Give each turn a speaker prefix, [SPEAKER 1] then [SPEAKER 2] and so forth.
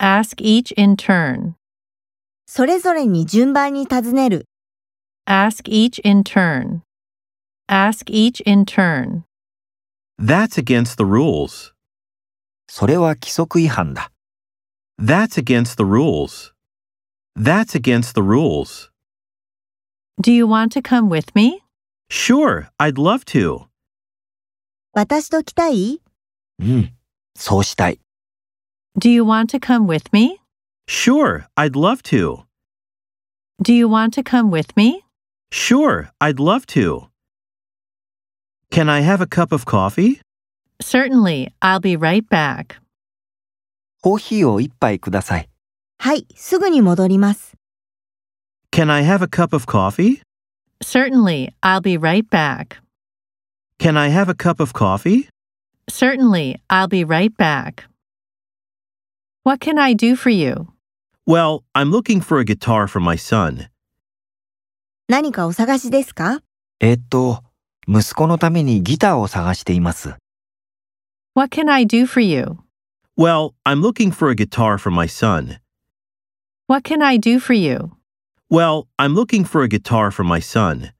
[SPEAKER 1] Ask each in turn.
[SPEAKER 2] それぞれに順番に尋ねる。
[SPEAKER 1] Ask each in turn. Ask each in turn.
[SPEAKER 3] That's against the rules.
[SPEAKER 4] それは規則違反だ。
[SPEAKER 3] That's against the rules. That's against the rules.
[SPEAKER 1] Do you want to come with me?
[SPEAKER 3] Sure, I'd love to.
[SPEAKER 2] 私と来たい
[SPEAKER 4] うん。そうしたい。
[SPEAKER 1] Do you want to come with me?
[SPEAKER 3] Sure, I'd love to.
[SPEAKER 1] Do you want to come with me?
[SPEAKER 3] Sure, I'd love to. Can I have a cup of coffee?
[SPEAKER 1] Certainly, I'll be right back.
[SPEAKER 4] コーヒーを一杯ください。
[SPEAKER 2] はい、すぐに戻ります。
[SPEAKER 3] Can I have a cup of coffee?
[SPEAKER 1] Certainly, I'll be right back.
[SPEAKER 3] Can I have a cup of coffee?
[SPEAKER 1] Certainly, I'll be right back. What can I do for you?
[SPEAKER 3] Well, I'm looking for a guitar for my son.
[SPEAKER 2] 何かお探しですか
[SPEAKER 4] えーっと、息子のためにギターを探しています。
[SPEAKER 1] What can I do for you?
[SPEAKER 3] Well, I'm looking for a guitar for my son.
[SPEAKER 1] What can I do for you?
[SPEAKER 3] Well, I'm looking for a guitar for my son.